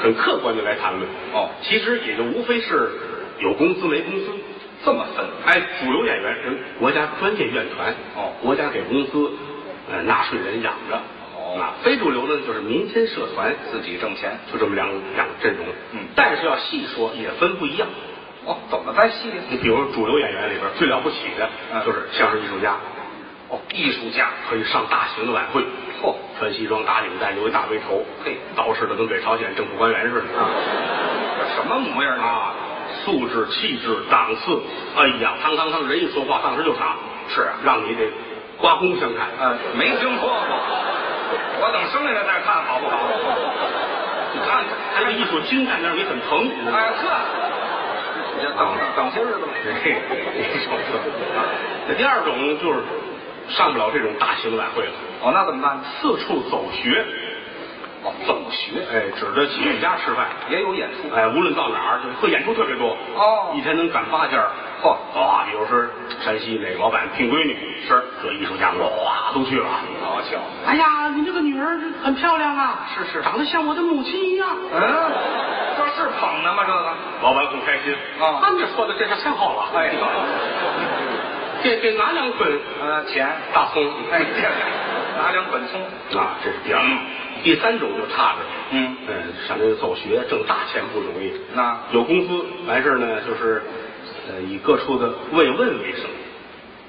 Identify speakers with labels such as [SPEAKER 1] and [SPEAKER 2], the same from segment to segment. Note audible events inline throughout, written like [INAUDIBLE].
[SPEAKER 1] 很客观的来谈论。
[SPEAKER 2] 哦
[SPEAKER 1] 其实也就无非是有工资没工资。
[SPEAKER 2] 这么分
[SPEAKER 1] 哎，主流演员是国家专业院团，
[SPEAKER 2] 哦
[SPEAKER 1] 国家给工资，呃，纳税人养着。
[SPEAKER 2] 哦
[SPEAKER 1] 啊，非主流呢就是民间社团
[SPEAKER 2] 自己挣钱
[SPEAKER 1] 就这么两两个阵容。
[SPEAKER 2] 嗯
[SPEAKER 1] 但是要细说也分不一样。
[SPEAKER 2] 哦，怎么在戏里？
[SPEAKER 1] 你比如主流演员里边最了不起的，
[SPEAKER 2] 嗯
[SPEAKER 1] 就是相声艺术家，
[SPEAKER 2] 哦，艺术家，
[SPEAKER 1] 可以上大型的晚会，
[SPEAKER 2] 嚯、
[SPEAKER 1] 穿西装打领带，留一大背头，
[SPEAKER 2] 嘿嗯
[SPEAKER 1] 捯饬的跟北朝鲜政府官员似的
[SPEAKER 2] 这什么模样啊？
[SPEAKER 1] 啊，素质、气质、档次，哎呀，汤汤汤，人一说话当时就傻，
[SPEAKER 2] 是啊
[SPEAKER 1] 让你得刮目相看。
[SPEAKER 2] 呃，没听说过，我等生下来再看好不好？
[SPEAKER 1] 你看他这艺术精在那儿，你很疼。你知道吗
[SPEAKER 2] 哎呵，
[SPEAKER 1] [LAUGHS]
[SPEAKER 2] 你这等等些日子吧。
[SPEAKER 1] 嘿你瞅这啊那第二种就是上不了这种大型的晚会了，
[SPEAKER 2] 哦，那怎么办？
[SPEAKER 1] 四处走学，
[SPEAKER 2] 哦，走学
[SPEAKER 1] 哎，指着企业家吃饭。
[SPEAKER 2] 也有演出。
[SPEAKER 1] 哎，无论到哪儿，就会演出特别多。
[SPEAKER 2] 哦
[SPEAKER 1] 一天能赶八件儿。
[SPEAKER 2] 嚯
[SPEAKER 1] 啊，比如说山西哪个老板聘闺女，是这艺术家们哇都去了。
[SPEAKER 2] 好巧。
[SPEAKER 1] 哎呀，你这个女儿很漂亮啊，
[SPEAKER 2] 是是
[SPEAKER 1] 长得像我的母亲一样。
[SPEAKER 2] 嗯，这是捧的吗？这个？
[SPEAKER 1] 老板很开心
[SPEAKER 2] 啊
[SPEAKER 1] 他们这说的这下太好了。
[SPEAKER 2] 哎，
[SPEAKER 1] 给给拿两捆
[SPEAKER 2] 呃，钱。
[SPEAKER 1] 大葱。
[SPEAKER 2] 哎，这拿两本葱。
[SPEAKER 1] 啊，这是第二种，第三种就差着。
[SPEAKER 2] 嗯
[SPEAKER 1] 嗯，上这走学挣大钱不容易，
[SPEAKER 2] 那
[SPEAKER 1] 有工资完事儿呢，就是呃以各处的慰问为生。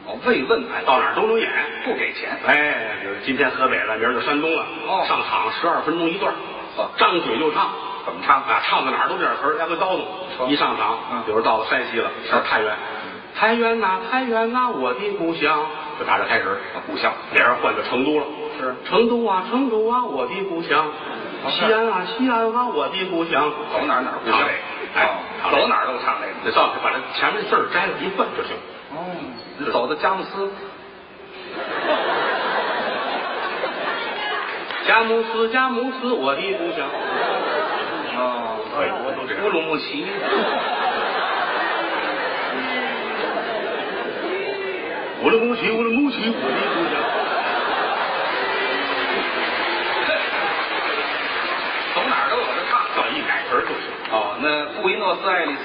[SPEAKER 2] 哦，慰问
[SPEAKER 1] 哎，
[SPEAKER 2] 哎，
[SPEAKER 1] 到哪儿都能演。
[SPEAKER 2] 不给钱。
[SPEAKER 1] 哎，比如今天河北了，明儿就山东了，
[SPEAKER 2] 哦
[SPEAKER 1] 上场十二分钟一段，
[SPEAKER 2] 呵
[SPEAKER 1] 张嘴就唱，
[SPEAKER 2] 怎么唱
[SPEAKER 1] 啊？唱到哪儿都这点词儿，来回叨叨。
[SPEAKER 2] 哦
[SPEAKER 1] 一上场，
[SPEAKER 2] 嗯
[SPEAKER 1] 比如到了山西了，上太原，太原呐，太原呐，我的故乡，就打这开始，
[SPEAKER 2] 哦故乡
[SPEAKER 1] 脸上换到成都了，
[SPEAKER 2] 是
[SPEAKER 1] 成都啊，成都啊，我的故乡，
[SPEAKER 2] 哦
[SPEAKER 1] 西安啊，西安啊，我的故乡，
[SPEAKER 2] 走哪儿哪儿故
[SPEAKER 1] 唱
[SPEAKER 2] 乡
[SPEAKER 1] 这，哎，
[SPEAKER 2] 哦
[SPEAKER 1] 唱这
[SPEAKER 2] 走哪儿都唱这个。
[SPEAKER 1] 得上去把这前面的字儿摘了一换就行。
[SPEAKER 2] 哦，你走到佳木斯。
[SPEAKER 1] [LAUGHS] 佳木斯，佳木斯，我的故乡。
[SPEAKER 2] 哦，
[SPEAKER 1] 哎呦我都这样
[SPEAKER 2] 乌鲁木齐。
[SPEAKER 1] 乌鲁木齐，乌鲁木齐，我的故乡。
[SPEAKER 2] 走哪儿都有的唱。
[SPEAKER 1] 到一改词儿就行。
[SPEAKER 2] 哦，那布宜诺斯艾 [LAUGHS] 利斯，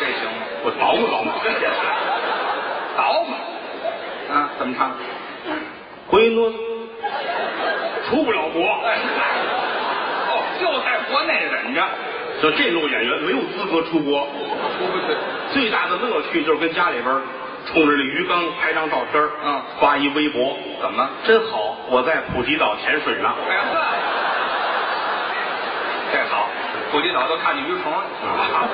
[SPEAKER 2] 这行吗？
[SPEAKER 1] 我捣鼓捣鼓。
[SPEAKER 2] [LAUGHS] 倒吧，啊，怎么唱？
[SPEAKER 1] 回诺出不了国，
[SPEAKER 2] 哎，哦，就在国内忍着，
[SPEAKER 1] 就这路演员没有资格出国。
[SPEAKER 2] 出不去。
[SPEAKER 1] 最大的乐趣就是跟家里边儿冲着那鱼缸拍张照片儿，
[SPEAKER 2] 嗯
[SPEAKER 1] 发一微博，
[SPEAKER 2] 怎么？
[SPEAKER 1] 真好，我在普吉岛潜水呢。
[SPEAKER 2] 哎呵，这好，普吉岛都看见鱼虫了。
[SPEAKER 1] 啊，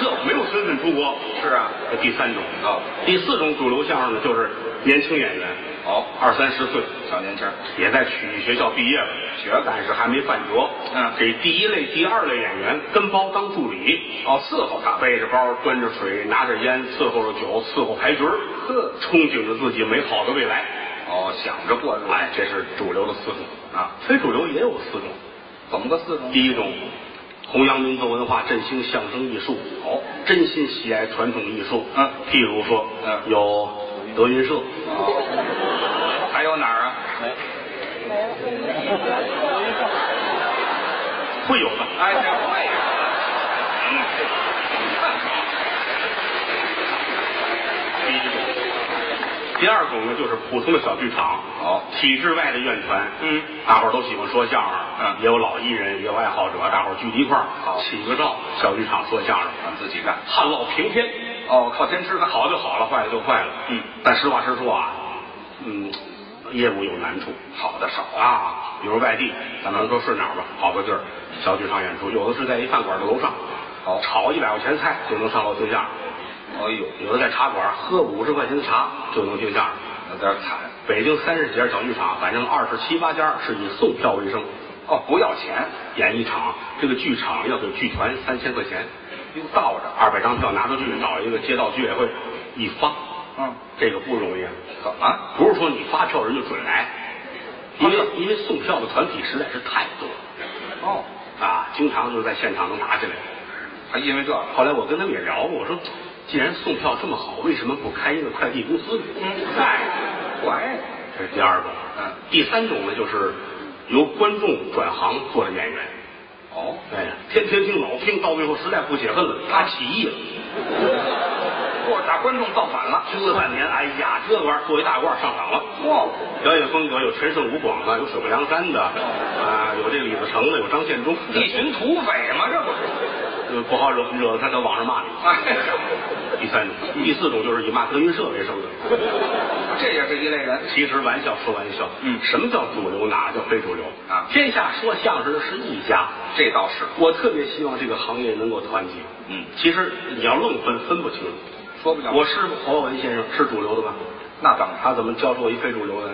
[SPEAKER 1] 这没有身份出国。
[SPEAKER 2] 是啊，
[SPEAKER 1] 这第三种，
[SPEAKER 2] 哦
[SPEAKER 1] 第四种主流相声呢，就是年轻演员，
[SPEAKER 2] 好，
[SPEAKER 1] 二三十岁，
[SPEAKER 2] 小年轻儿，
[SPEAKER 1] 也在曲艺学校毕业了，
[SPEAKER 2] 学
[SPEAKER 1] 但是还没饭辙。
[SPEAKER 2] 嗯
[SPEAKER 1] 给第一类、第二类演员跟包当助理，
[SPEAKER 2] 哦，伺候他。
[SPEAKER 1] 背着包，端着水，拿着烟，伺候着酒，伺候牌局儿，
[SPEAKER 2] 呵，
[SPEAKER 1] 憧憬着自己美好的未来。
[SPEAKER 2] 哦，想着过日子。
[SPEAKER 1] 哎，这是主流的四种
[SPEAKER 2] 啊，
[SPEAKER 1] 非主流也有四种。
[SPEAKER 2] 怎么个伺候？
[SPEAKER 1] 第一种，弘扬民族文化，振兴相声艺术，
[SPEAKER 2] 哦，
[SPEAKER 1] 真心喜爱传统艺术。
[SPEAKER 2] 嗯
[SPEAKER 1] 譬如说，
[SPEAKER 2] 嗯
[SPEAKER 1] 有德云社，
[SPEAKER 2] 哦，还有哪儿啊？
[SPEAKER 1] 会有的。
[SPEAKER 2] 哎，这会呀。
[SPEAKER 1] 第一种，第二种呢，就是普通的小剧场，
[SPEAKER 2] 好
[SPEAKER 1] 体制外的院团，
[SPEAKER 2] 嗯，
[SPEAKER 1] 大伙儿都喜欢说相声，
[SPEAKER 2] 嗯
[SPEAKER 1] 也有老艺人，也有爱好者，大伙儿聚在一块儿，
[SPEAKER 2] 好
[SPEAKER 1] 起个照，小剧场说相声，
[SPEAKER 2] 俺自己干。
[SPEAKER 1] 旱涝平天，
[SPEAKER 2] 哦，靠天吃饭。
[SPEAKER 1] 好就好了，坏了就坏了，
[SPEAKER 2] 嗯，
[SPEAKER 1] 但实话实说啊，嗯，业务有难处，
[SPEAKER 2] 好的少啊。
[SPEAKER 1] 啊，比如外地，咱们说顺哪儿吧，好个地儿，小剧场演出，有的是在一饭馆的楼上，
[SPEAKER 2] 好
[SPEAKER 1] 炒一百块钱菜就能上楼听相声，
[SPEAKER 2] 哎呦，
[SPEAKER 1] 有的在茶馆喝五十块钱的茶就能听相声。
[SPEAKER 2] 有点惨。
[SPEAKER 1] 北京三十几家小剧场，反正二十七八家是以送票为生，
[SPEAKER 2] 哦，不要钱，
[SPEAKER 1] 演一场。这个剧场要给剧团三千块钱，
[SPEAKER 2] 又倒着。
[SPEAKER 1] 二百张票拿出去找一个街道居委会一发，
[SPEAKER 2] 嗯，
[SPEAKER 1] 这个不容易啊。
[SPEAKER 2] 怎么？
[SPEAKER 1] 不是说你发票人就准来，因为因为送票的团体实在是太多了
[SPEAKER 2] 哦，
[SPEAKER 1] 啊，经常就是在现场能拿起来。
[SPEAKER 2] 还因为这个？
[SPEAKER 1] 后来我跟他们也聊过，我说既然送票这么好，为什么不开一个快递公司呢？
[SPEAKER 2] 嗯
[SPEAKER 1] 哎，
[SPEAKER 2] 怪。
[SPEAKER 1] 这是第二种。
[SPEAKER 2] 嗯，
[SPEAKER 1] 第三种呢，就是由观众转行做的演员。
[SPEAKER 2] 哦，
[SPEAKER 1] 哎，天天听老听，到最后实在不解恨了，他起义了，
[SPEAKER 2] 或者把观众造反了。
[SPEAKER 1] 听了半年，哎呀，这个玩意儿作为大腕儿上岗了。
[SPEAKER 2] 哦，
[SPEAKER 1] 表演风格有陈胜吴广的，有舍不梁山的，啊，有这个李自成的，有张献忠的，
[SPEAKER 2] 一群土匪嘛，这不是？
[SPEAKER 1] 呃不好惹，惹他在网上骂你。
[SPEAKER 2] 哎，
[SPEAKER 1] 第三种，第四种就是以骂德云社为生的。
[SPEAKER 2] 这也是一类人。
[SPEAKER 1] 其实玩笑说玩笑，
[SPEAKER 2] 嗯
[SPEAKER 1] 什么叫主流，哪叫非主流
[SPEAKER 2] 啊
[SPEAKER 1] 天下说相声的是一家，
[SPEAKER 2] 这倒是，
[SPEAKER 1] 我特别希望这个行业能够团结。
[SPEAKER 2] 嗯，
[SPEAKER 1] 其实你要论分，分不清。
[SPEAKER 2] 说不了。
[SPEAKER 1] 我师傅侯耀文先生是主流的吧？
[SPEAKER 2] 那当然，
[SPEAKER 1] 他怎么教出我一非主流的来？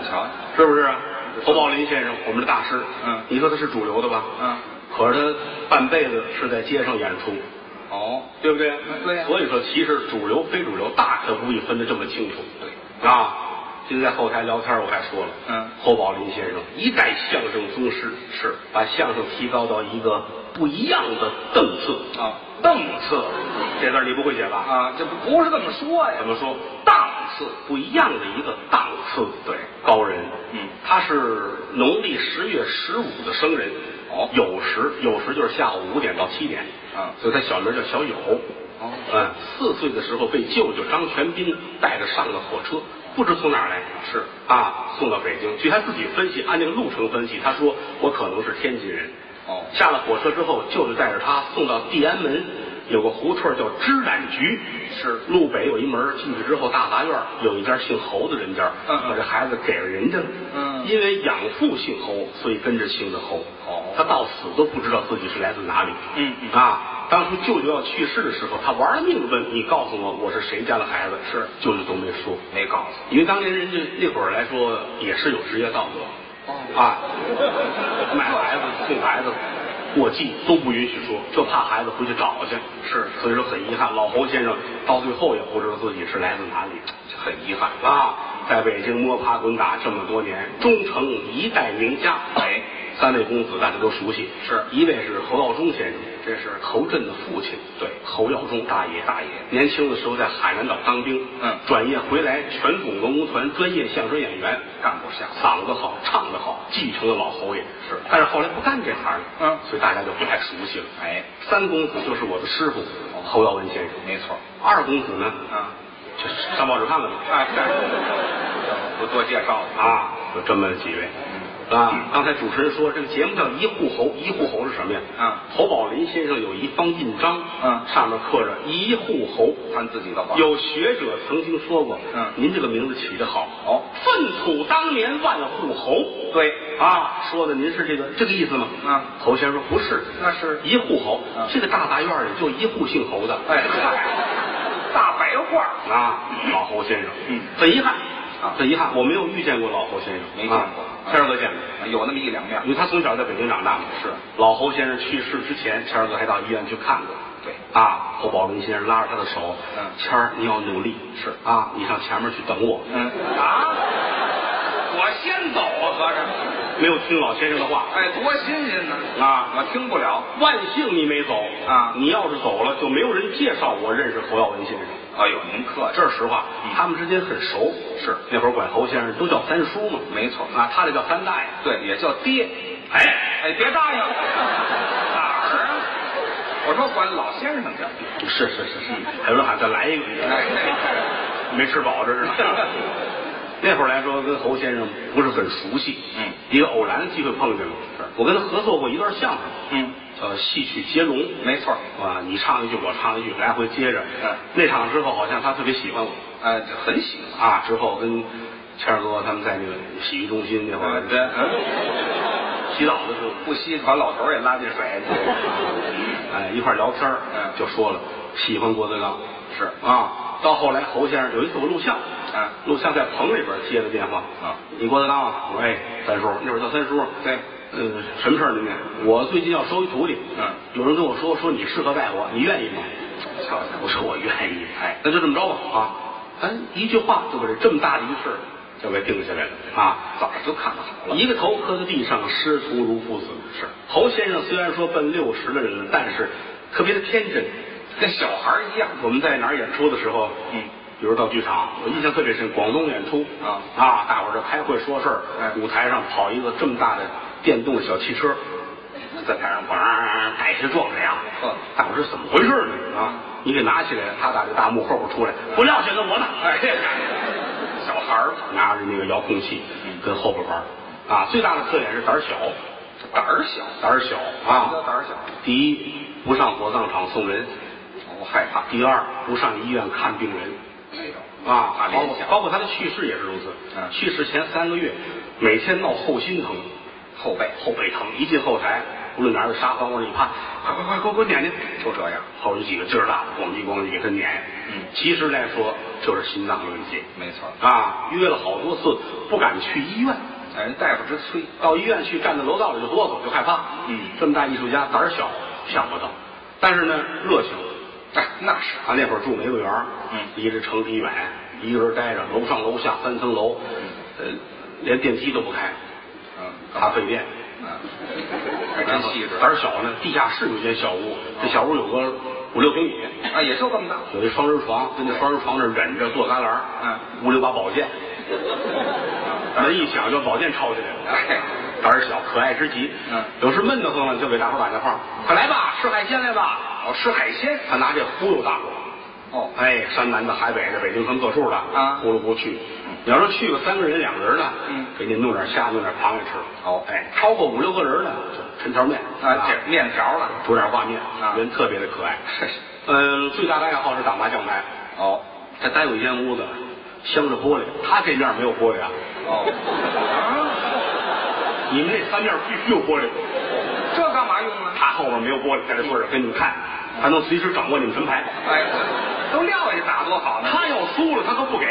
[SPEAKER 2] 你瞧，
[SPEAKER 1] 是不是啊？侯宝林先生，我们的大师，
[SPEAKER 2] 嗯
[SPEAKER 1] 你说他是主流的吧？
[SPEAKER 2] 嗯，
[SPEAKER 1] 可是他半辈子是在街上演出，
[SPEAKER 2] 哦，
[SPEAKER 1] 对不对？
[SPEAKER 2] 嗯对呀
[SPEAKER 1] 所以说，其实主流非主流大可不必分得这么清楚。
[SPEAKER 2] 对，
[SPEAKER 1] 啊，今天在后台聊天，我还说了，
[SPEAKER 2] 嗯
[SPEAKER 1] 侯宝林先生一代相声宗师，
[SPEAKER 2] 是
[SPEAKER 1] 把相声提高到一个不一样的档次。
[SPEAKER 2] 啊
[SPEAKER 1] 档次，这字儿你不会写吧？
[SPEAKER 2] 啊，这不不是这么说呀
[SPEAKER 1] 怎。么说？档次不一样的一个档次，
[SPEAKER 2] 对，
[SPEAKER 1] 高人，
[SPEAKER 2] 嗯
[SPEAKER 1] 他是农历十月十五的生人，
[SPEAKER 2] 哦
[SPEAKER 1] 有时有时就是下午五点到七点，
[SPEAKER 2] 啊
[SPEAKER 1] 所以他小名叫小友，
[SPEAKER 2] 哦
[SPEAKER 1] 嗯，四岁的时候被舅舅张全斌带着上的火车，不知从哪儿来，
[SPEAKER 2] 是
[SPEAKER 1] 啊，送到北京。据他自己分析，按这个路程分析，他说我可能是天津人。
[SPEAKER 2] 哦
[SPEAKER 1] 下了火车之后，舅舅带着他送到地安门有个胡同儿叫织染局，
[SPEAKER 2] 是
[SPEAKER 1] 路北有一门儿，进去之后大杂院儿有一家姓侯的人家，
[SPEAKER 2] 嗯嗯
[SPEAKER 1] 把这孩子给了人家了。
[SPEAKER 2] 嗯
[SPEAKER 1] 因为养父姓侯，所以跟着姓的侯。
[SPEAKER 2] 哦
[SPEAKER 1] 他到死都不知道自己是来自哪里。
[SPEAKER 2] 嗯嗯
[SPEAKER 1] 啊，当初舅舅要去世的时候，他玩命地问你告诉我我是谁家的孩子，
[SPEAKER 2] 是
[SPEAKER 1] 舅舅都没说，
[SPEAKER 2] 没告诉。
[SPEAKER 1] 因为当年人家那会儿来说也是有职业道德
[SPEAKER 2] 哦，
[SPEAKER 1] 啊，卖孩子、送孩子、过继都不允许说，就怕孩子回去找去。
[SPEAKER 2] 是
[SPEAKER 1] 所以说很遗憾，老侯先生到最后也不知道自己是来自哪里的。
[SPEAKER 2] 很遗憾。
[SPEAKER 1] 啊，在北京摸爬滚打这么多年，终成一代名家。
[SPEAKER 2] 哎，
[SPEAKER 1] 三位公子大家都熟悉，
[SPEAKER 2] 是
[SPEAKER 1] 一位是侯耀中先生，
[SPEAKER 2] 这是
[SPEAKER 1] 侯震的父亲，
[SPEAKER 2] 对
[SPEAKER 1] 侯耀中大爷。
[SPEAKER 2] 大爷
[SPEAKER 1] 年轻的时候在海南岛当兵，
[SPEAKER 2] 嗯
[SPEAKER 1] 转业回来，全总文工团专业相声演员，
[SPEAKER 2] 干不下。
[SPEAKER 1] 嗓子好，唱得好，继承了老侯爷。
[SPEAKER 2] 是
[SPEAKER 1] 但是后来不干这行了，
[SPEAKER 2] 嗯
[SPEAKER 1] 所以大家就不太熟悉了。
[SPEAKER 2] 哎，
[SPEAKER 1] 三公子就是我的师傅侯耀文先生，
[SPEAKER 2] 没错。
[SPEAKER 1] 二公子呢，
[SPEAKER 2] 啊，
[SPEAKER 1] 就上报纸看看吧。
[SPEAKER 2] 哎，这不多介绍嗯了。
[SPEAKER 1] 啊，有这么几位。啊，刚才主持人说这个节目叫一户侯，一户侯是什么呀？
[SPEAKER 2] 啊
[SPEAKER 1] 侯宝林先生有一方印章，
[SPEAKER 2] 嗯
[SPEAKER 1] 上面刻着一户侯。
[SPEAKER 2] 他自己的话。
[SPEAKER 1] 有学者曾经说过，
[SPEAKER 2] 嗯
[SPEAKER 1] 您这个名字起得好，
[SPEAKER 2] 哦
[SPEAKER 1] 粪土当年万户侯。
[SPEAKER 2] 对，
[SPEAKER 1] 啊，说的您是这个这个意思吗？
[SPEAKER 2] 嗯
[SPEAKER 1] 侯先生说不是，
[SPEAKER 2] 那是
[SPEAKER 1] 一户侯，
[SPEAKER 2] 嗯
[SPEAKER 1] 这个大杂院里就一户姓侯的。
[SPEAKER 2] 哎，大白话。
[SPEAKER 1] 啊，老侯先生，
[SPEAKER 2] 嗯
[SPEAKER 1] 很遗憾
[SPEAKER 2] 啊
[SPEAKER 1] 很遗憾，我没有遇见过老侯先生，
[SPEAKER 2] 没见过
[SPEAKER 1] 啊
[SPEAKER 2] 啊
[SPEAKER 1] 谦儿哥见过，
[SPEAKER 2] 有那么一两面
[SPEAKER 1] 因。为他从小在北京长大嘛。
[SPEAKER 2] 是
[SPEAKER 1] 老侯先生去世之前，谦儿哥还到医院去看过。
[SPEAKER 2] 对
[SPEAKER 1] 啊，侯宝林先生拉着他的手，
[SPEAKER 2] 嗯
[SPEAKER 1] 谦儿，你要努力，
[SPEAKER 2] 是
[SPEAKER 1] 啊，你上前面去等我。
[SPEAKER 2] 嗯啊，我先走啊，合着。
[SPEAKER 1] 没有听老先生的话
[SPEAKER 2] 哎，多新鲜呢！
[SPEAKER 1] 啊，
[SPEAKER 2] 我听不了。
[SPEAKER 1] 万幸你没走
[SPEAKER 2] 啊
[SPEAKER 1] 你要是走了，就没有人介绍我认识侯耀文先生。
[SPEAKER 2] 哎呦，您客气。
[SPEAKER 1] 这是实话
[SPEAKER 2] 嗯，
[SPEAKER 1] 他们之间很熟。
[SPEAKER 2] 是
[SPEAKER 1] 那会儿管侯先生都叫三叔嘛，
[SPEAKER 2] 没错
[SPEAKER 1] 啊，他这叫三大爷。
[SPEAKER 2] 对，也叫爹。
[SPEAKER 1] 哎，
[SPEAKER 2] 哎，别答应。哪儿啊？我说管老先生叫爹。
[SPEAKER 1] 是是是是，
[SPEAKER 2] 嗯
[SPEAKER 1] 还有人喊再来一个，
[SPEAKER 2] 哎，
[SPEAKER 1] 没吃饱这
[SPEAKER 2] [LAUGHS]
[SPEAKER 1] 是。那会儿来说，跟侯先生不是很熟悉，
[SPEAKER 2] 嗯，
[SPEAKER 1] 一个偶然的机会碰见了。
[SPEAKER 2] 是
[SPEAKER 1] 我跟他合作过一段相声，
[SPEAKER 2] 嗯，
[SPEAKER 1] 叫《戏曲接龙》，
[SPEAKER 2] 没错。
[SPEAKER 1] 啊，你唱一句，我唱一句，来回接着。
[SPEAKER 2] 嗯
[SPEAKER 1] 那场之后，好像他特别喜欢我
[SPEAKER 2] 哎，这很喜欢。
[SPEAKER 1] 啊。之后跟谦儿哥他们在那个洗浴中心那会
[SPEAKER 2] 我
[SPEAKER 1] 儿
[SPEAKER 2] 这嗯，
[SPEAKER 1] 洗澡的时候，
[SPEAKER 2] 不惜把老头儿也拉进水
[SPEAKER 1] 哎，一块儿聊天儿
[SPEAKER 2] 嗯
[SPEAKER 1] 就说了喜欢郭德纲
[SPEAKER 2] 是
[SPEAKER 1] 啊。到后来，侯先生有一次我录像，
[SPEAKER 2] 嗯
[SPEAKER 1] 录像在棚里边接的电话
[SPEAKER 2] 啊，
[SPEAKER 1] 你郭德纲啊，我说哎，三叔，那会儿叫三叔，
[SPEAKER 2] 对，
[SPEAKER 1] 呃，什么事儿您呢？我最近要收一徒弟，
[SPEAKER 2] 嗯，
[SPEAKER 1] 有人跟我说说你适合带我，你愿意吗？
[SPEAKER 2] 瞧瞧，
[SPEAKER 1] 我说我愿意，
[SPEAKER 2] 哎
[SPEAKER 1] 那就这么着吧啊，哎，一句话就把这这么大的一事儿就给定下来了啊。
[SPEAKER 2] 早就看好了。
[SPEAKER 1] 一个头磕在地上，师徒如父子。
[SPEAKER 2] 是
[SPEAKER 1] 侯先生虽然说奔六十的人了，但是特别的天真。
[SPEAKER 2] 跟小孩儿一样。
[SPEAKER 1] 我们在哪儿演出的时候，
[SPEAKER 2] 嗯，
[SPEAKER 1] 比如到剧场，我印象特别深，广东演出
[SPEAKER 2] 啊
[SPEAKER 1] 啊，大伙儿这开会说事儿，
[SPEAKER 2] 哎
[SPEAKER 1] 舞台上跑一个这么大的电动小汽车，在台上叭摆下撞谁啊
[SPEAKER 2] 呵？
[SPEAKER 1] 大伙儿是怎么回事呢？啊，你给拿起来，他打这大幕后边出来，不撂下个我呢。
[SPEAKER 2] 哎，
[SPEAKER 1] 小孩儿拿着那个遥控器
[SPEAKER 2] 嗯
[SPEAKER 1] 跟后边玩儿啊，最大的特点是胆儿小，
[SPEAKER 2] 胆儿小，
[SPEAKER 1] 胆儿小
[SPEAKER 2] 什么叫
[SPEAKER 1] 啊。
[SPEAKER 2] 胆儿小，
[SPEAKER 1] 第一，不上火葬场送人；
[SPEAKER 2] 我害怕。
[SPEAKER 1] 第二，不上医院看病人。
[SPEAKER 2] 没有
[SPEAKER 1] 啊，
[SPEAKER 2] 怕
[SPEAKER 1] 包
[SPEAKER 2] 联
[SPEAKER 1] 括
[SPEAKER 2] 想
[SPEAKER 1] 包括他的去世也是如此。
[SPEAKER 2] 嗯
[SPEAKER 1] 去世前三个月，每天闹后心疼、
[SPEAKER 2] 后背
[SPEAKER 1] 后背疼，一进后台，无论哪儿有沙发往里一趴，快快快，给我给我撵去。
[SPEAKER 2] 就这样，
[SPEAKER 1] 后边有几个劲儿大，咣叽咣叽给他撵。
[SPEAKER 2] 嗯
[SPEAKER 1] 其实来说就是心脏有问题
[SPEAKER 2] 没错。
[SPEAKER 1] 啊，约了好多次不敢去医院，
[SPEAKER 2] 哎，人大夫直催，
[SPEAKER 1] 到医院去站在楼道里就哆嗦，就害怕。
[SPEAKER 2] 嗯
[SPEAKER 1] 这么大艺术家胆儿小，想不到，但是呢热情。
[SPEAKER 2] 哎，那是
[SPEAKER 1] 啊，那会儿住玫瑰园，
[SPEAKER 2] 嗯
[SPEAKER 1] 离着城里远，一个人待着，楼上楼下三层楼，呃，连电梯都不开，
[SPEAKER 2] 嗯，
[SPEAKER 1] 咖啡店，
[SPEAKER 2] 嗯，还真细致
[SPEAKER 1] 胆儿小呢，地下室有间小屋，这小屋有个五六平米，
[SPEAKER 2] 啊，也就这么大。
[SPEAKER 1] 有一双人床，跟那双人床这忍着坐旮旯，
[SPEAKER 2] 嗯，
[SPEAKER 1] 五六把宝剑，门一响就宝剑抄起来了，
[SPEAKER 2] 哎，
[SPEAKER 1] 胆儿小，可爱之极，
[SPEAKER 2] 嗯
[SPEAKER 1] 有时闷得慌了就给大伙儿打电话，快来吧，吃海鲜来吧，
[SPEAKER 2] 哦，吃海鲜。
[SPEAKER 1] 他拿这忽悠大伙儿。
[SPEAKER 2] 哦，
[SPEAKER 1] 哎，山南的、海北的、北京什么各处的
[SPEAKER 2] 啊
[SPEAKER 1] 呼噜呼去。你要说去个三个人、两个人的，
[SPEAKER 2] 嗯
[SPEAKER 1] 给你弄点虾，弄点螃蟹吃。
[SPEAKER 2] 哦
[SPEAKER 1] 哎，超过五六个人的，就抻条面
[SPEAKER 2] 啊，这面条了。
[SPEAKER 1] 煮点挂面，
[SPEAKER 2] 啊
[SPEAKER 1] 人特别的可爱。
[SPEAKER 2] 是是
[SPEAKER 1] 嗯，最大的爱好是打麻将牌。
[SPEAKER 2] 哦
[SPEAKER 1] 他单有一间屋子，镶着玻璃，他这面没有玻璃啊，
[SPEAKER 2] 哦，
[SPEAKER 1] 你们这三面必须有玻璃，
[SPEAKER 2] 啊，这干嘛用啊？
[SPEAKER 1] 他后边没有玻璃，在这坐着给你们看，他能随时掌握你们什么牌。
[SPEAKER 2] 哎，都撂下打多好呢。
[SPEAKER 1] 他要输了，他可不给。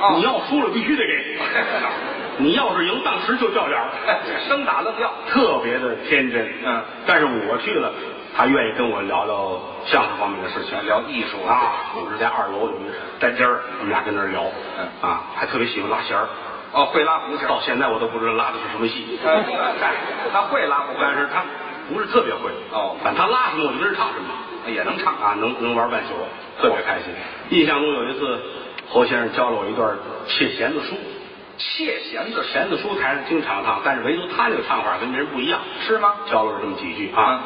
[SPEAKER 2] 哦
[SPEAKER 1] 你要输了，必须得给。
[SPEAKER 2] [LAUGHS]
[SPEAKER 1] 你要是赢，当时就掉脸儿，
[SPEAKER 2] 哎这生打愣要。
[SPEAKER 1] 特别的天真。
[SPEAKER 2] 嗯，
[SPEAKER 1] 但是我去了，他愿意跟我聊聊相声方面的事情，
[SPEAKER 2] 聊艺术啊
[SPEAKER 1] 啊。我们是在二楼有一个单间儿，我们俩跟那儿聊。
[SPEAKER 2] 嗯
[SPEAKER 1] 啊，还特别喜欢拉弦儿，
[SPEAKER 2] 哦，会拉胡琴。呃
[SPEAKER 1] 到现在我都不知道拉的是什么戏，
[SPEAKER 2] 哎，他会拉不
[SPEAKER 1] 但
[SPEAKER 2] 会？
[SPEAKER 1] 是他不是特别会。
[SPEAKER 2] 哦
[SPEAKER 1] 反正他拉什么我就跟着唱什么。
[SPEAKER 2] 哎也能唱。
[SPEAKER 1] 啊，能能玩半宿，特别开心。印象中有一次，侯先生教了我一段切弦子书，
[SPEAKER 2] 窃弦子
[SPEAKER 1] 弦子书台上经常唱，但是唯独他那个唱法跟别人不一样，
[SPEAKER 2] 是吗？嗯
[SPEAKER 1] 教了我这么几句啊。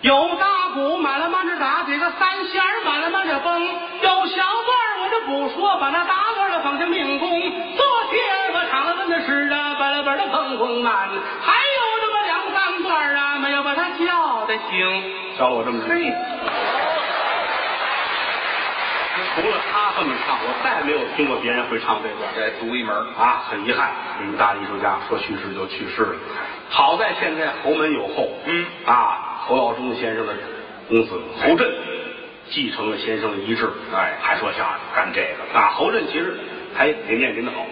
[SPEAKER 1] 有大鼓满了满这打，这个三弦儿满了满这蹦，有小段儿我就不说，把那大段儿的放下命宫，昨天我唱了那么的是啊，巴拉巴拉碰碰满，还有那么两三段儿啊，没有把它叫的醒。教了我这么句
[SPEAKER 2] 嘿，
[SPEAKER 1] 除了他这么唱，我再没有听过别人会唱这段
[SPEAKER 2] 这独一门儿。
[SPEAKER 1] 啊，很遗憾，一个大艺术家说去世就去世了。好在现在侯门有后，
[SPEAKER 2] 嗯
[SPEAKER 1] 啊，侯耀中先生的公子侯震继承了先生的遗志，
[SPEAKER 2] 哎
[SPEAKER 1] 还说相声干这个啊。侯震其实还也念您的好，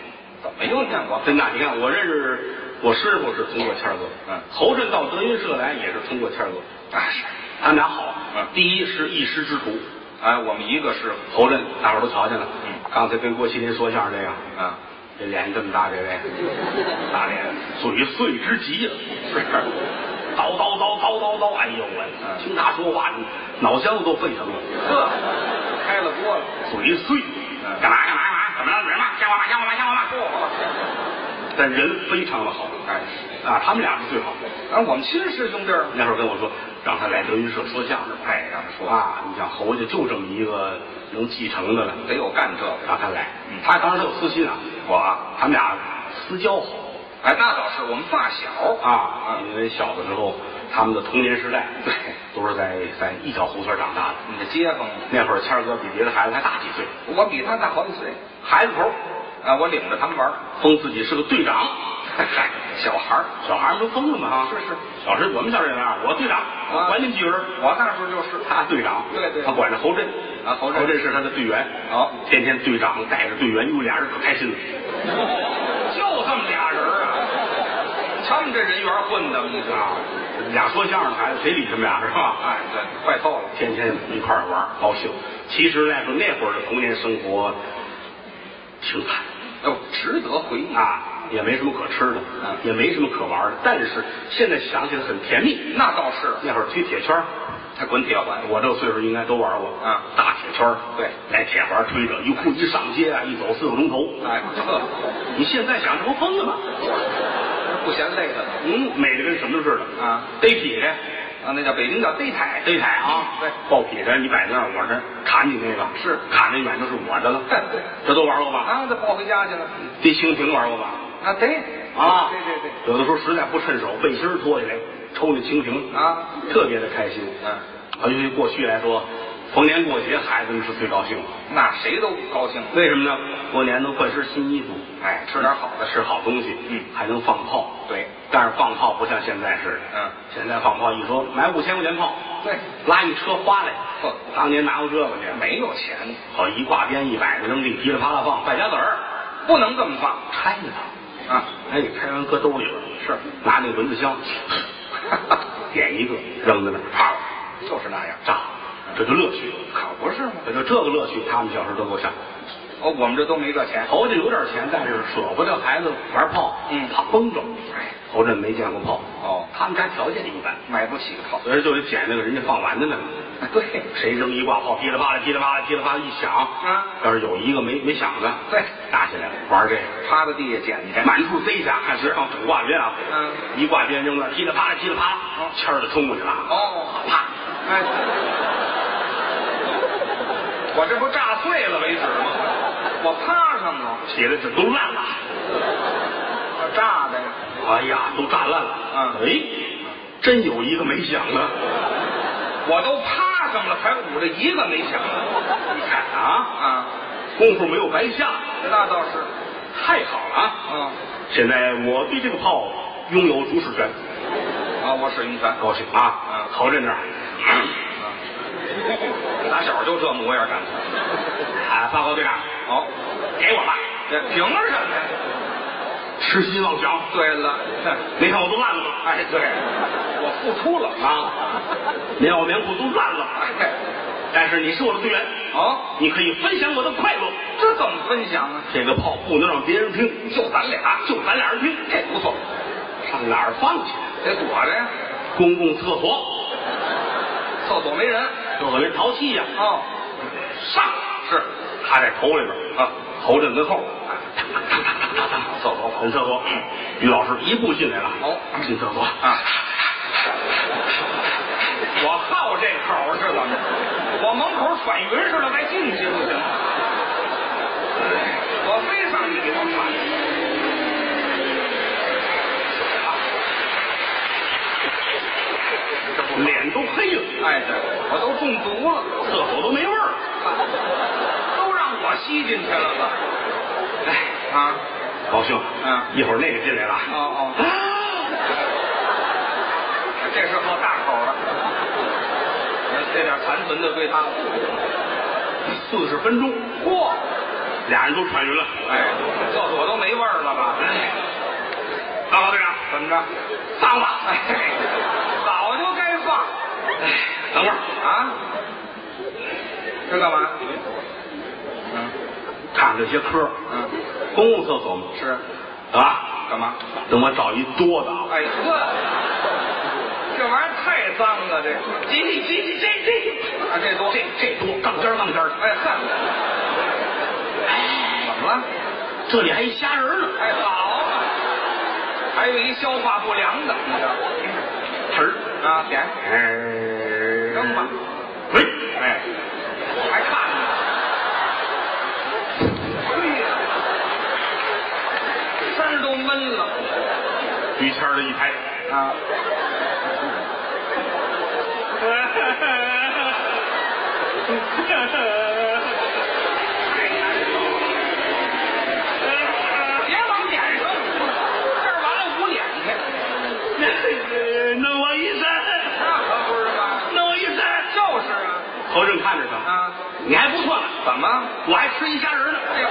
[SPEAKER 2] 怎么又念过？
[SPEAKER 1] 真的，你看我认识我师傅是通过谦儿哥，
[SPEAKER 2] 嗯
[SPEAKER 1] 侯震到德云社来也是通过谦儿哥，
[SPEAKER 2] 啊是，
[SPEAKER 1] 他们俩好，
[SPEAKER 2] 嗯
[SPEAKER 1] 第一是一师之徒，
[SPEAKER 2] 哎，我们一个师傅
[SPEAKER 1] 侯震大伙儿都瞧见了，
[SPEAKER 2] 嗯
[SPEAKER 1] 刚才跟郭麒麟说相声这个，
[SPEAKER 2] 啊，
[SPEAKER 1] 这脸这么大，这位，大脸，嘴碎之极呀、是，叨叨叨叨叨叨，哎呦我，
[SPEAKER 2] 嗯
[SPEAKER 1] 听他说话，脑浆子都沸腾了，
[SPEAKER 2] 呵，开了锅了。
[SPEAKER 1] 嘴碎，
[SPEAKER 2] 嗯
[SPEAKER 1] 干嘛干嘛干嘛，怎么了怎么了，像我吗像我吗像我吗？
[SPEAKER 2] 嚯，
[SPEAKER 1] 但人非常的好，
[SPEAKER 2] 哎，
[SPEAKER 1] 啊，他们俩是最好的。
[SPEAKER 2] 啊，我们亲师兄弟儿，
[SPEAKER 1] 那会儿跟我说，让他来德云社说相声吧，
[SPEAKER 2] 哎，让他说话，
[SPEAKER 1] 啊，你想侯家就这么一个能继承的了，
[SPEAKER 2] 得有干这个。
[SPEAKER 1] 让他来
[SPEAKER 2] 嗯，
[SPEAKER 1] 他当时有私心啊，
[SPEAKER 2] 我啊，
[SPEAKER 1] 他们俩私交好。
[SPEAKER 2] 哎，那倒是，我们发小
[SPEAKER 1] 啊，
[SPEAKER 2] 啊，
[SPEAKER 1] 因为小的时候他们的童年时代，
[SPEAKER 2] 对，
[SPEAKER 1] 都是在在一条胡同长大的。
[SPEAKER 2] 你的街坊，
[SPEAKER 1] 那会儿谦儿哥比别的孩子还大几岁，
[SPEAKER 2] 我比他大好几岁，
[SPEAKER 1] 孩子头，
[SPEAKER 2] 啊，我领着他们玩儿，
[SPEAKER 1] 封自己是个队长。 [LAUGHS]
[SPEAKER 2] 嗨，小孩儿，
[SPEAKER 1] 小孩们都疯了嘛啊！
[SPEAKER 2] 是是，
[SPEAKER 1] 小时候我们小时候也那样，我队长，我管你们几个人，
[SPEAKER 2] 我那时候就是
[SPEAKER 1] 他队长，
[SPEAKER 2] 对对
[SPEAKER 1] 他管着侯震
[SPEAKER 2] 啊侯震
[SPEAKER 1] 震是他的队员，
[SPEAKER 2] 哦
[SPEAKER 1] 天天队长带着队员，哟，俩人可开心了，就这么俩人啊，
[SPEAKER 2] 他们这人缘混的，你知道
[SPEAKER 1] 啊
[SPEAKER 2] 吗？，
[SPEAKER 1] 俩说相声的孩子谁理他们俩是吧？
[SPEAKER 2] 哎，对，坏透了，
[SPEAKER 1] 天天一块儿玩儿高兴。其实来说，那会儿的童年生活挺惨
[SPEAKER 2] 哦，值得回忆，
[SPEAKER 1] 啊，也没什么可吃的
[SPEAKER 2] 嗯，
[SPEAKER 1] 也没什么可玩儿的。但是现在想起来很甜蜜。
[SPEAKER 2] 那倒是，
[SPEAKER 1] 那会儿推铁圈儿，
[SPEAKER 2] 还滚铁环，
[SPEAKER 1] 我这个岁数应该都玩过
[SPEAKER 2] 啊
[SPEAKER 1] 大铁圈儿
[SPEAKER 2] 对
[SPEAKER 1] 来铁环推着，一哭一上街啊，一走四个钟头。
[SPEAKER 2] 哎，呵
[SPEAKER 1] 你现在想，这不疯了吗？
[SPEAKER 2] 不嫌累的
[SPEAKER 1] 嗯，美的跟什么似的
[SPEAKER 2] 啊
[SPEAKER 1] 逮劈柴，
[SPEAKER 2] 啊，那叫北京叫逮台，
[SPEAKER 1] 逮柴啊，
[SPEAKER 2] 嗯对
[SPEAKER 1] 抱劈柴，你摆在那儿，我这儿砍你那个
[SPEAKER 2] 是
[SPEAKER 1] 砍得远就是我的了
[SPEAKER 2] 哼对，
[SPEAKER 1] 这都玩过吧？
[SPEAKER 2] 啊，那抱回家去了
[SPEAKER 1] 逮蜻蜓玩过吧？
[SPEAKER 2] 啊，逮
[SPEAKER 1] 啊，
[SPEAKER 2] 对对对，
[SPEAKER 1] 有的时候实在不趁手，背心儿脱下来抽那蜻蜓，
[SPEAKER 2] 啊，
[SPEAKER 1] 特别的开心。
[SPEAKER 2] 嗯，
[SPEAKER 1] 啊，因为过去来说，逢年过节孩子们是最高兴的。
[SPEAKER 2] 那谁都高兴，
[SPEAKER 1] 为什么呢？过年能换身新衣服，
[SPEAKER 2] 哎，吃点好的，
[SPEAKER 1] 吃好东西，
[SPEAKER 2] 嗯
[SPEAKER 1] 还能放炮。
[SPEAKER 2] 对，
[SPEAKER 1] 但是放炮不像现在似的，
[SPEAKER 2] 嗯，
[SPEAKER 1] 现在放炮一说买五千块钱炮，
[SPEAKER 2] 对，
[SPEAKER 1] 拉一车花来
[SPEAKER 2] 呵，
[SPEAKER 1] 当年拿过这个去，
[SPEAKER 2] 没有钱，
[SPEAKER 1] 好一挂鞭一摆的扔地，噼里啪啦放，败家子儿
[SPEAKER 2] 不能这么放
[SPEAKER 1] 拆了它，
[SPEAKER 2] 啊，
[SPEAKER 1] 哎，拆完搁兜里边儿，
[SPEAKER 2] 是，
[SPEAKER 1] 拿那蚊子
[SPEAKER 2] [LAUGHS]
[SPEAKER 1] 香，点一个扔在那儿，啪，
[SPEAKER 2] 就是那样，
[SPEAKER 1] 炸，这就乐趣。
[SPEAKER 2] 可不是吗？
[SPEAKER 1] 这就这个乐趣，他们小时候都够呛。
[SPEAKER 2] 哦，我们这都没这钱，
[SPEAKER 1] 头家有点钱，但是舍不得孩子玩炮，
[SPEAKER 2] 嗯
[SPEAKER 1] 怕崩着。
[SPEAKER 2] 哎，
[SPEAKER 1] 头阵没见过炮，
[SPEAKER 2] 哦
[SPEAKER 1] 他们家条件一般，
[SPEAKER 2] 买不起炮，
[SPEAKER 1] 所以就得捡那个人家放完的呢。
[SPEAKER 2] [LAUGHS] 对
[SPEAKER 1] 谁扔一挂炮，噼里啪啦，噼里啪啦，噼里啪啦一响，
[SPEAKER 2] 啊
[SPEAKER 1] 要是有一个没没响的，
[SPEAKER 2] 对，
[SPEAKER 1] 拿起来玩这个，
[SPEAKER 2] 趴在地下捡去，
[SPEAKER 1] 满处飞下，看谁上整挂鞭啊，
[SPEAKER 2] 嗯
[SPEAKER 1] 一挂鞭扔那儿，噼里啪啦，噼里啪啦
[SPEAKER 2] 哦，
[SPEAKER 1] 签儿就冲过去了，
[SPEAKER 2] 哦，
[SPEAKER 1] 啪，
[SPEAKER 2] 哎，我这不炸碎了为止吗？我趴上了，
[SPEAKER 1] 起来这都烂了，
[SPEAKER 2] 我炸的呀，
[SPEAKER 1] 哎呀，都炸烂了，
[SPEAKER 2] 嗯
[SPEAKER 1] 哎，真有一个没响的，
[SPEAKER 2] 我都趴上了，才捂着一个没响
[SPEAKER 1] 你看啊。
[SPEAKER 2] 啊，
[SPEAKER 1] 功夫没有白下，
[SPEAKER 2] 那倒是，
[SPEAKER 1] 太好了啊！
[SPEAKER 2] 啊
[SPEAKER 1] 现在我对这个炮拥有主使权，
[SPEAKER 2] 啊，我使用拳，
[SPEAKER 1] 高兴啊！
[SPEAKER 2] 嗯
[SPEAKER 1] 头阵这儿，打小就这模样感觉。啊，报告队长，
[SPEAKER 2] [LAUGHS] 好，
[SPEAKER 1] 给我吧！
[SPEAKER 2] 这凭什么呀？
[SPEAKER 1] 痴心妄想，
[SPEAKER 2] 对了，
[SPEAKER 1] 你看我都烂了吗？
[SPEAKER 2] 哎，对，我付出了，
[SPEAKER 1] 啊，你看我棉裤都烂了，
[SPEAKER 2] 哎，
[SPEAKER 1] 但是你是我的队员，哦
[SPEAKER 2] 好，
[SPEAKER 1] 你可以分享我的快乐。
[SPEAKER 2] [LAUGHS] 这怎么分享啊？
[SPEAKER 1] 这个炮不能让别人听，
[SPEAKER 2] 就咱俩，
[SPEAKER 1] 就咱俩人听。
[SPEAKER 2] 这不错，
[SPEAKER 1] 上哪儿放去？
[SPEAKER 2] 得躲着呀，
[SPEAKER 1] 公共厕所，
[SPEAKER 2] 厕所没人，
[SPEAKER 1] 有人淘气呀、
[SPEAKER 2] 哦，
[SPEAKER 1] 上是他在头里边啊，头阵跟后， [LAUGHS] 厕所进厕所，嗯于老师一步进来了，
[SPEAKER 2] 哦
[SPEAKER 1] 进厕所
[SPEAKER 2] 啊，我好这口是怎么着？我门口喘匀似的，再进去不行吗？我非上你给我喘。
[SPEAKER 1] 脸都黑了，
[SPEAKER 2] 哎，对，我都中毒了，
[SPEAKER 1] 厕所都没味儿了，
[SPEAKER 2] 都让我吸进去了吧？
[SPEAKER 1] 哎，
[SPEAKER 2] 啊，
[SPEAKER 1] 高兴，
[SPEAKER 2] 嗯
[SPEAKER 1] 一会儿那个进来了，啊
[SPEAKER 2] 哦哦，这是喝大口的，这点残存的对他，
[SPEAKER 1] 四十分钟，
[SPEAKER 2] 嚯，
[SPEAKER 1] 俩人都喘匀了，
[SPEAKER 2] 哎，厕所都没味儿了吧？哎，
[SPEAKER 1] 报告队长，
[SPEAKER 2] 怎么着？
[SPEAKER 1] 放吧，
[SPEAKER 2] 哎，早就该放
[SPEAKER 1] 等会儿
[SPEAKER 2] 啊！这干嘛？嗯
[SPEAKER 1] 看看这些科，
[SPEAKER 2] 嗯，
[SPEAKER 1] 公共厕所嘛，
[SPEAKER 2] 是
[SPEAKER 1] 啊，
[SPEAKER 2] 干嘛？
[SPEAKER 1] 等我找一多的啊，
[SPEAKER 2] 哎呵，这玩意儿太脏了，这
[SPEAKER 1] 这这这这这
[SPEAKER 2] 啊这多
[SPEAKER 1] 这这多杠尖儿杠尖儿的。
[SPEAKER 2] 哎呵，怎么了？
[SPEAKER 1] 这里还一虾仁呢，
[SPEAKER 2] 哎好嘛，还有一消化不良的，你知道吗
[SPEAKER 1] 词儿，
[SPEAKER 2] 啊点
[SPEAKER 1] 哎，
[SPEAKER 2] 扔吧，
[SPEAKER 1] 喂，
[SPEAKER 2] 哎，还看呢。哎呀，身儿都闷了。
[SPEAKER 1] 于谦儿的一拍，
[SPEAKER 2] 啊，别往脸上捂，这儿完了捂脸去，
[SPEAKER 1] 弄哎我一身，
[SPEAKER 2] 那可不是吗？
[SPEAKER 1] 弄我一身。
[SPEAKER 2] 就是啊，
[SPEAKER 1] 侯正看着他，
[SPEAKER 2] 啊，
[SPEAKER 1] 你还不错呢，
[SPEAKER 2] 怎么？
[SPEAKER 1] 我还吃一虾仁呢。
[SPEAKER 2] 哎嚯！